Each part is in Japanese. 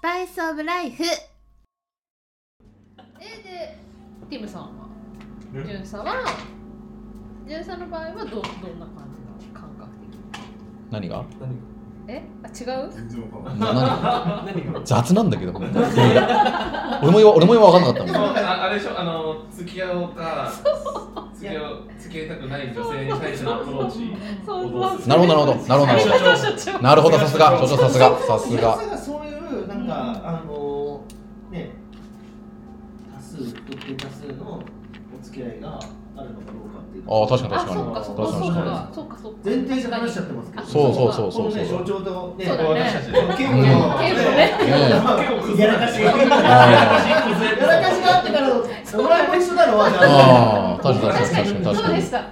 パイスオブライフえでティムさんはうんジュンさんはジュンさんの場合はどどんな感じなの感覚的に何が何がえあ違う全然わかんない。な何が何が雑なんだけど、本当に俺も今俺も今分かんなかったでもん。もああれでしょあの付き合おうか付き合う付き合いたくない女性に対してのアプローチそそううなるほど、なるほど、なるほど、なるほ所長所長ど。なるほど、さすが、所長さすが、さすが。がそういうなんか、あのね多数特定多数のお付き合いがあるのかどうかっていうああ、確かあに確かそっに。かそっ確かそかにっか確かそっかそっか全体で話しちゃってますけどそうそうそうこのね象徴とねそうだね私たちで結う構んに。ねえやらかしやらかしがあってからお前も一緒だろじゃあああ、確かに確か確かにに確そうかでに。した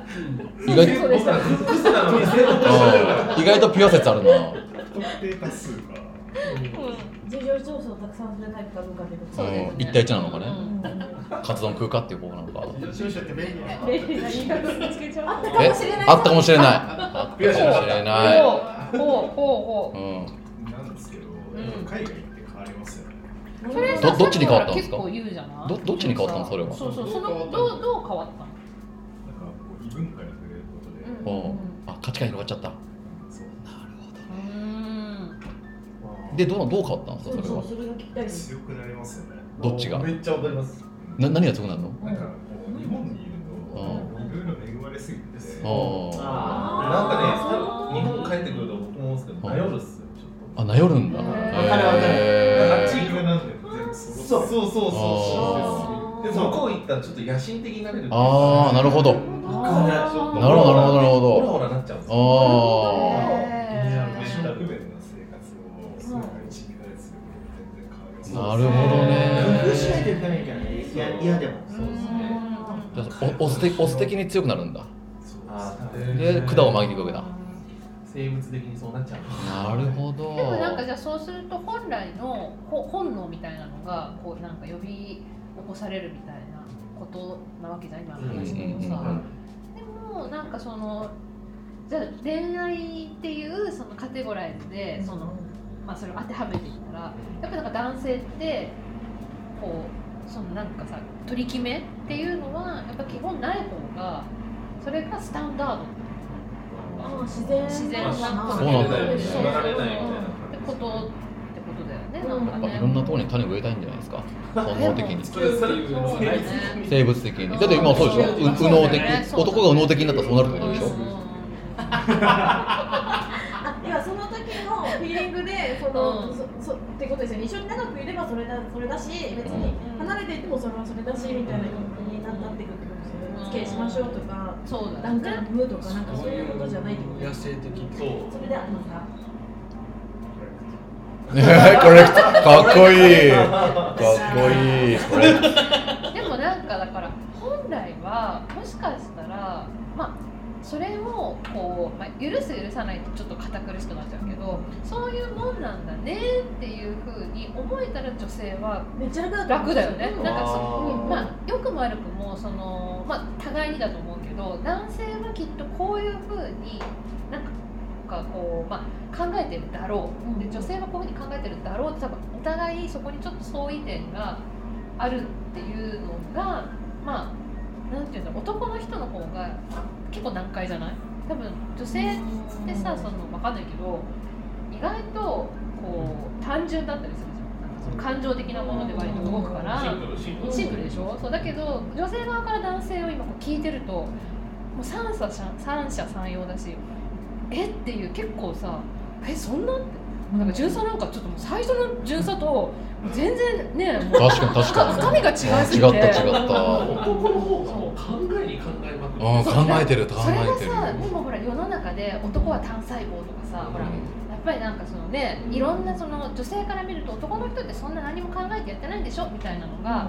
意外とそうでした嘘なのにあー意外とピュア説あるな。特定多数か。事情調査をたくさんするタイプかどうかってことそうですねうん一対一なのかねうんカツ丼食うかっていう方なのか。就職って便利な。レイリー何か見つけちゃうあったえかもしれない、あったかもしれない。あったかもしれない。ほうほうほうほうん。なんですけど、海外行って変わりますよね。うそれさどどっちに変わったんですかさっきから結構言うじゃないどどっちに変わったのそれはそうそうそのどうどう変わなんったのかこう異文化に触れることで、うんおうあ、価値観広がっちゃった。そううんで、どうどう変わったんですそうか、それそはう、。それが聞きたいです強くなりますよね。どっちがめっちゃわかりますな何が強くなるのなんかこう日本にいるといろいろ恵まれすぎて、あなんかね日本帰ってくると僕も思うんですけど迷うっすよちょっーあ、悩るんだ。わかるわかるへとーあっち行くなんで全部そそううそうそうあでも向こう行ったらちょっと野心的になれるあーなるほどあーなるほどなるほどなるほどほらほらなっちゃうんですよあメンタル面な生活をなんか一二ヶ月で全然変わります。あなるほどね工夫しないといけないからねいや嫌でもそうですねじゃあおオス的オス的に強くなるんだあそうーですね。で管を巻いていくわけだ生物的にそうなっちゃうなるほどでもなんかじゃあそうすると本来のほ本能みたいなのがこうなんか呼び起こされるみたいなことなわけじゃん今の話でもうんうんうんさ。でもなんかそのじゃあ恋愛っていうそのカテゴライズでその、まあ、それを当てはめていったらやっぱなんか男性ってこうそのなんかさ取り決めっていうのはやっぱ基本ない方がそれがスタンダーうドん自然自然まあなそうなんだよねそう縛られないみたいなってことってことだよねうんなやんかっぱねいろんなところに種を植えたいんじゃないですか本能的にそれそれいうのはない生物的にだって今そうでしょう右脳的男が右脳的になったらそうなるってことでしょいやその時のフィーリングでその、うんそそってことですよね一緒に長くいればそれだそれだし別うんに離れていってもそれはそれだしみたいな感じになっていくってことですよねうんお付き合いしましょうとかそうだ段階ね。ムとかなんかそういうことじゃないってこと野生的そうそれであのさねえこれかっこいいかっこいいこれでもなんかだから本来はもしかしたらまあそれをこう、まあ、許す許さないってちょっと堅苦しくなっちゃうけどそういうもんなんだねっていうふうに思えたら女性はめっちゃ楽だった楽だよね。なんかそあーまあ良くも悪くもそのまあ互いにだと思うけど、男性はきっとこういう風になんか。なんかこうまあ、考えてるだろうで女性はこういうふうに考えてるだろうって多分お互いそこにちょっと相違点があるっていうのがまあなんていうんだろう男の人の方が結構難解じゃない多分女性ってさそのわかんないけど意外とこう単純だったりするじゃんなんかその感情的なもので割と動くからシンプルシンプルシンプルでしょそうだけど女性側から男性を今こう聞いてるともう三者三者三様だしえっていう結構さえそんなってなんか巡査なんかちょっともう最初の巡査ともう全然ねもう確かに確かに中身が違いすぎて違った違った男の方がもう考えに考えまくるうん考えてる考それがえてるさでもほら世の中で男は単細胞とかさほらやっぱりなんかそのねいろんなその女性から見ると男の人ってそんな何も考えてやってないんでしょみたいなのが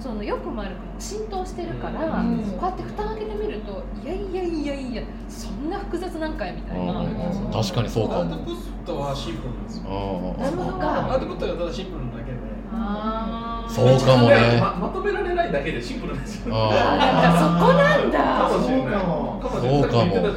そのよくも悪くも浸透してるから、うんこうやって蓋を開けてみるといやいやいやいやそんな複雑なんかいみたいな、うんうんうん確かにそうかアウトもプットはシンプルなんですようんそうアウかトプットがただシンプルなだけであーそうかもねままとめられないだけでシンプルなんですよあなんかそこなんかだもしれないそうかもかもし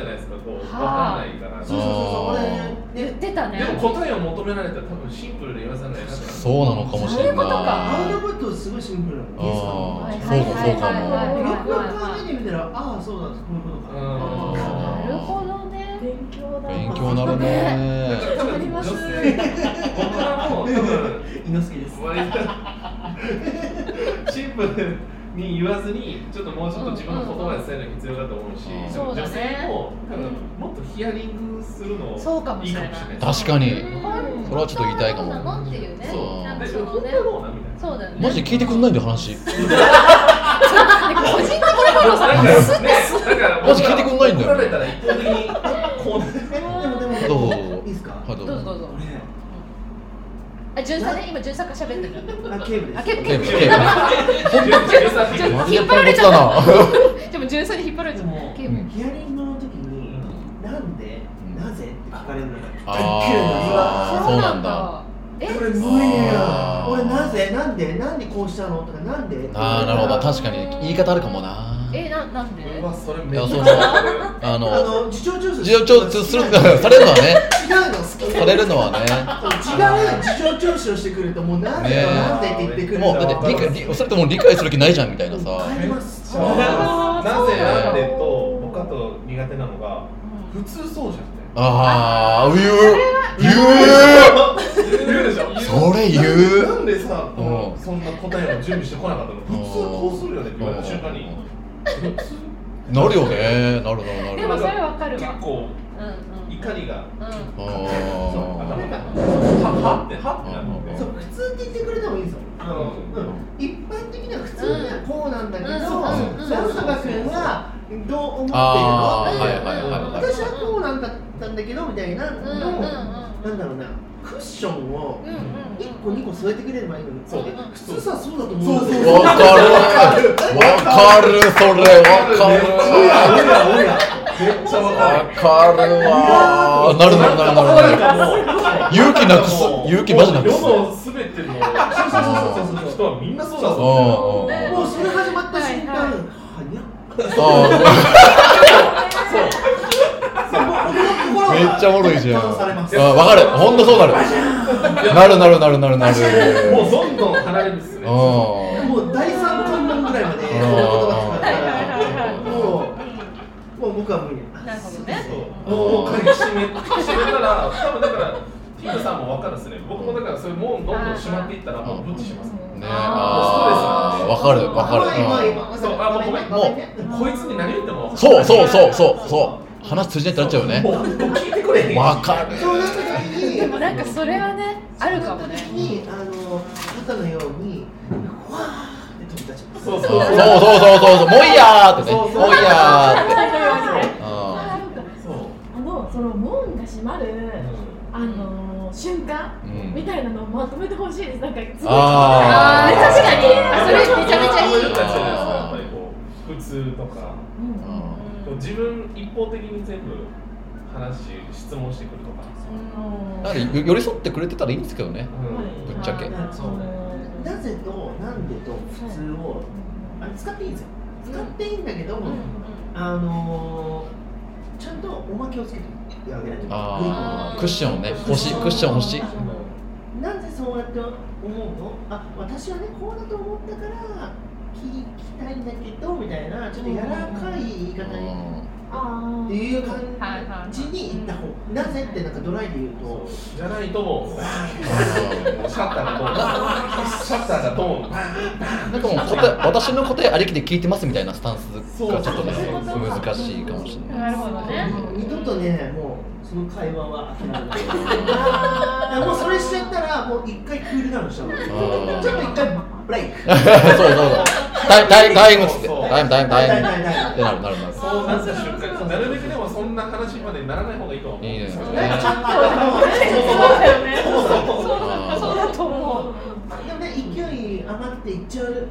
れないさっき言ってたじゃないですかこう分かんないからそうそうそうそう俺ね言ってたねでも答えを求められたら多分シンプルで言わざるを得なかったそうなのかもしれそうんないうことかアウトプットすごいシンプルなのイエスかノはあーあいそうかそうかはいはいはいもよくよく考えてみたら、ああ、そうだ、こういうことうか。んなるほどね勉強だ。勉強になるね多わかり分女ます性 僕らも多分猪之助です。割 とシンプルに言わずにちょっともうちょっと自分の言葉で伝えるのが必要だと思うし、うん多分女性も多そうだ分ねもっとヒアリングするのそうかもしれないいいかもしれない確かにうんそれはちょっと言いたいかも本当なのっていうねそうなんかでその本当ねだろうなみたいなそうだよねマジで聞いてくんないんだよ話個人的なだからねだから マジ聞いてくんないん怒だよられたら一方的にこうなるでも、でも、どういいですか。はいどうどうぞどうぞぞ俺、あ巡査ね今巡査が喋ってるあ、警部です。あ警部警部ち警部ちょマジ引っ張らでポンコれちツゃだったなでも巡査に引っ張られちゃったうん警部ヒアリングの時に、なんで、なぜって書かれるのが。あーそうなんだえこれ無理やあー俺なぜなんでなんでこうしたのとかなんでああなる ほど確かに言い方あるかもなえななんでうわそれいめっやちそゃうそうああのの自重調整事情聴取する 違うされるのはねの好きされるのはね違う事情聴取をしてくるともうなんでねえなんでって言ってくるもうだって理解理それってもう理解する気ないじゃんみたいなさ帰りますなぜあーそうなんだなんでと僕あと苦手なのが普通そうじゃんねああ言う言言うでしょうそれ言なうんでさ、このうんそんな答えを準備してこなかったの普通こうするよねって言われた瞬間に普通なるよねなるなるなるでもそれわかるわ結構うんうん怒りがうんあそうー頭がははってはってなるのうでんそう普通って言ってくれてもいいんですよあのうん一般的には普通にはこうなんだけどうんうんなんとか君はどう思ってるのあーはいいはいはいはい私はこうなんだったんだけどみたいなのうんうんうんをなんだろうなクッションをうんうんうん1個2個添えてくれればいいのにそう普通さそうだと思うんだけどわかるわかるそれわかるおやおやおやめっちゃわわかかるわなるなるなるなるなるな勇気なくす勇気マジなくす世のすべての人はみんなそうだうんぞうんうんもうそれ始まった瞬間はいはいはにゃあそうーめっちゃおもろいじゃん圧倒されますあわかるほんとそうなるなるなるなるなるなるもうどんどん離れるっすねうんもう第三関門ぐらいまでその言葉使ったらもうもう僕は無理なるほどねそうもう鍵閉め閉めたら多分だからピンクさんもわかるっすね僕もだからそれもうどんどん閉まっていったらもうブッチしますねああーーわかるわか甘い甘いる甘いそうあもうごめん甘い甘いこいつに何言ってもうんそうそうそうそうそう話通じないってなっちゃうよねもうもう聞いてくれへんわかるそうなった時にでもなんかそれはねあるかもねその時にあの肩のようにわーって飛び立ちますそうそうそうそうそうそうそうもういいやーってねそうそうもういいやーってああるかもそうあのその門が閉まるあの瞬間ーうんみたいなのをまとめてほしいです。なんかすごいああーー確かにそれめちゃめちゃいいやっぱりこう普通とかうんうんこう自分一方的に全部話質問してくるとかなんかよ寄り添ってくれてたらいいんですけどねうんぶっちゃけあのそうねなぜとなんでと普通をあれ使っていいんですよ使っていいんだけどあのーちゃんとおまけをつけてあげないとあークッションをね欲しいクッション欲しいなぜそうやって思うのあ私はねこうだと思ったから聞きたいんだけどみたいなちょっと柔らかい言い方うにんあっあていう感じにいった方なぜってなんかドライで言うとじゃないともうシャッターがドーンシャッターがドーン なんかもう答え私の答えありきで聞いてますみたいなスタンスがちょっとねそうそうそう難しいかもしれなないるほどね二度とねもうその会話は諦めないもうそれしちゃったらもう一回クールダウンしたのちょっと一回ブレイクそうそうそうタイタイタイムっつってタイムタイムタイムっないないてなるなるなるそうなった瞬間なるべくでもそんな話までならない方がいいとは思うんですよいいねねそうだよねそうだと思うでもね、勢い余っていっちゃう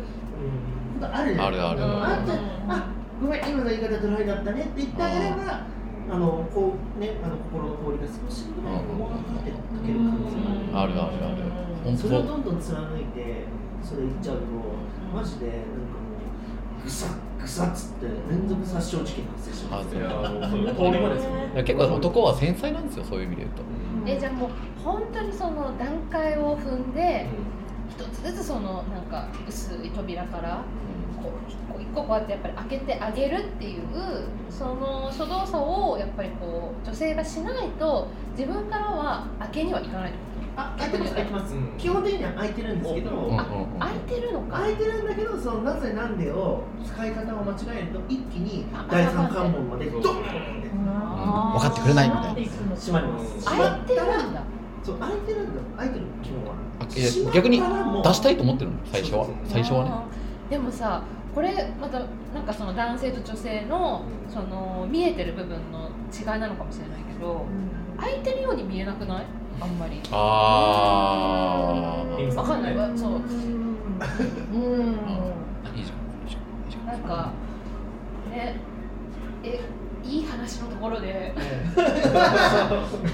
ことあるじゃんあるあるあとあごめん、今の言い方ドライだったねって言ってあげれば、あのこうね、あの心の氷が少しぐらい重くなってかける可能性がある。あるあるある本それを当どんどん貫いて、それ言っちゃうと、マジでなんかもう、ぐさっぐさっつって、連続殺傷事件が発生しまあす。いやもうそう通り魔ですよ結構男は繊細なんですよそういう意味で言うとうえじゃあもう本当にその段階を踏んで一つずつそのなんか薄い扉からこう一個一個こうやってやっぱり開けてあげるっていうその初動作をやっぱりこう女性がしないと自分からは開けにはいかないってことあ開いてます開いてます、うん基本的には開いてるんですけど、うんうんうん開いてるのか開いてるんだけどそのなぜなんでを使い方を間違えると一気に第三関門までドンと分かってくれないみたいな閉まります開閉まいってたるらんだそう開いてるんだ開いてる基本はあいや逆に閉まったらもう出したいと思ってるの最初はそうそう最初はねあーでもさこれまたなんかその男性と女性のうんその見えてる部分の違いなのかもしれないけど空いてるように見えなくないあんまりあうーんわかんないわそうあいいじゃんいいじゃんいいじゃんなんかねえいい話のところでええ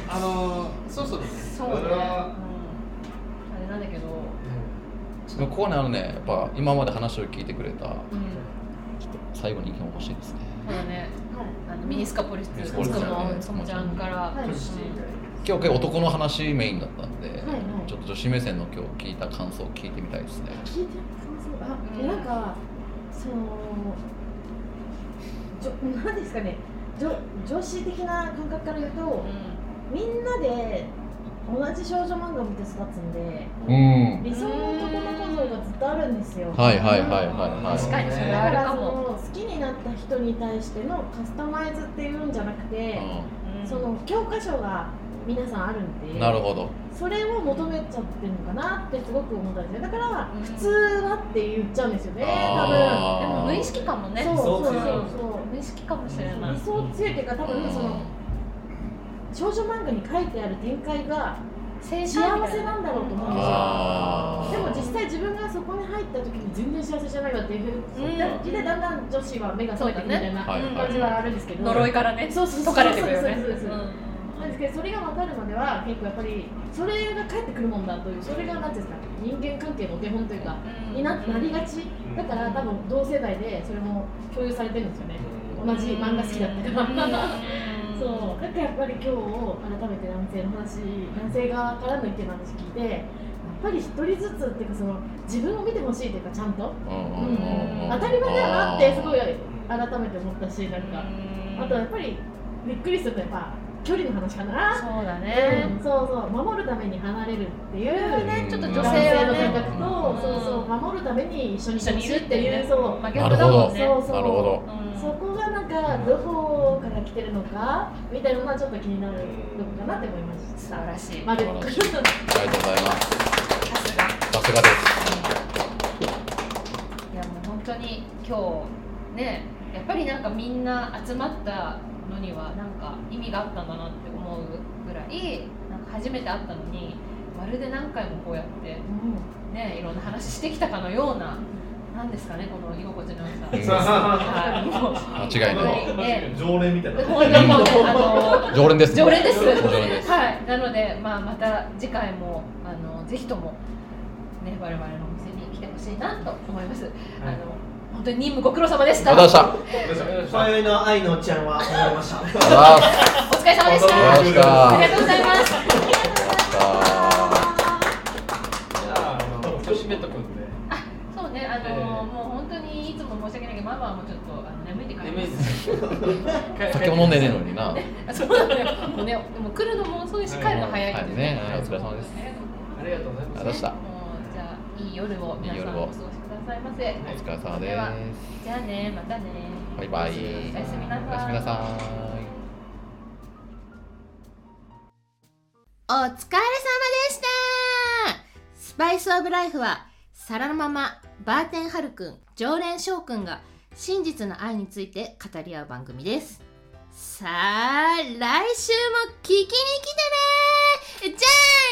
あのそうそうそうこね、うん、れはあれなんだけどここはねあのねやっぱ今まで話を聞いてくれたうん最後に意見欲しいですねそうだねあのミニスカポリスミニつスカもポリスつもちゃんからはい今日結構男の話メインだったんで、はいちょっと女子目線の今日聞いた感想を聞いてみたいですね聞いてそうそうあえなんかそのじょなんですかねじょ女子的な感覚から言うとうみんなで同じ少女漫画を見て育つんでうん理想の男の子像がずっとあるんですよはいはいはいはいはい確かにそれはだあかるらかそのも、好きになった人に対してのカスタマイズっていうんじゃなくてうんその教科書が皆さんあるんうんでなるほどそれを求めちゃってるのかなってすごく思ったんですよだからうん普通はって言っちゃうんですよね多でもあー無意識かもね分そうそうそうそう無意識かもしれない、理想強いっていうか多分その少女漫画に書いてある展開が正幸せなんだろうと思うんですよあーでも実際自分がそこに入った時に全然幸せじゃないわっていうふううんになってきてだんだん女子は目が覚めてくみたいなはいはい感じはあるんですけど呪いからねそうそうそう解かれてくよねそうそうそうそうなんですけどそれが分かるまでは結構やっぱりそれが返ってくるもんだというそれが何ていうんですか人間関係のお手本というかうんにななりがちだから多分同世代でそれも共有されてるんですよね同じ漫画好きだったから。そうだからやっぱり今日改めて男性の話男性側からの意見の話聞いてやっぱり一人ずつっていうかその自分を見てほしいというかちゃんとうんうんうんうん当たり前だよなってすごいあ改めて思ったしなんかあとうやっぱりびっくりするとやっぱ距離の話かなそうだね、うんそうそう守るために離れるっていうねちょっと女女性は性の感ね、覚と、そうそう守るために一緒に一緒にいるっってていういねうそう真な逆るだほもどんそねうそうなるほどうんそこがなんかどこから来てるのかみたいなのはちょっと気になるのかなって思いまし素た晴。らしいまる素晴らしりがとうございますさ すがさすがですいやもう本当に今日ねやっぱりなんかみんな集まったのにはなんか意味があったんだなって思うぐらいなんか初めて会ったのにまるで何回もこうやってねいろんな話してきたかのようななんですかねこの居心地の良さ。はいもう間違いないね常連みたいな。本当にもうねあの常連ですね常連です。常連ですはい。なのでまあまた次回もあのぜひともね我々のお店に来てほしいなと思います。あの本当に任務ご苦労様でしあた。りがとうございま今宵の愛のおっちゃんは思いましたしたありがとうお疲れ様でしございまた。したありがとうございます。じゃああの閉めとくんでそうね、あのええもう本当にいつも申し訳ないけど、ママはもうちょっとあの眠いって感じ眠いですよ酒も飲んでねえのにな そうだね。もうね、でも来るのも遅いし、帰るの早いんではいねはいお疲れ様ですありがとうございますありがとうございまありがとうごすざいましたもうじゃあいい夜を皆さんお過ごしくださいませ。お疲れ様でではすじゃあね、またね。バイバイおやすみなさい。おやすみなさいお疲れ様でしたスパイスオブライフは皿のままバーテンハルくん常連翔くんが真実の愛について語り合う番組ですさあ来週も聞きに来てねじゃあ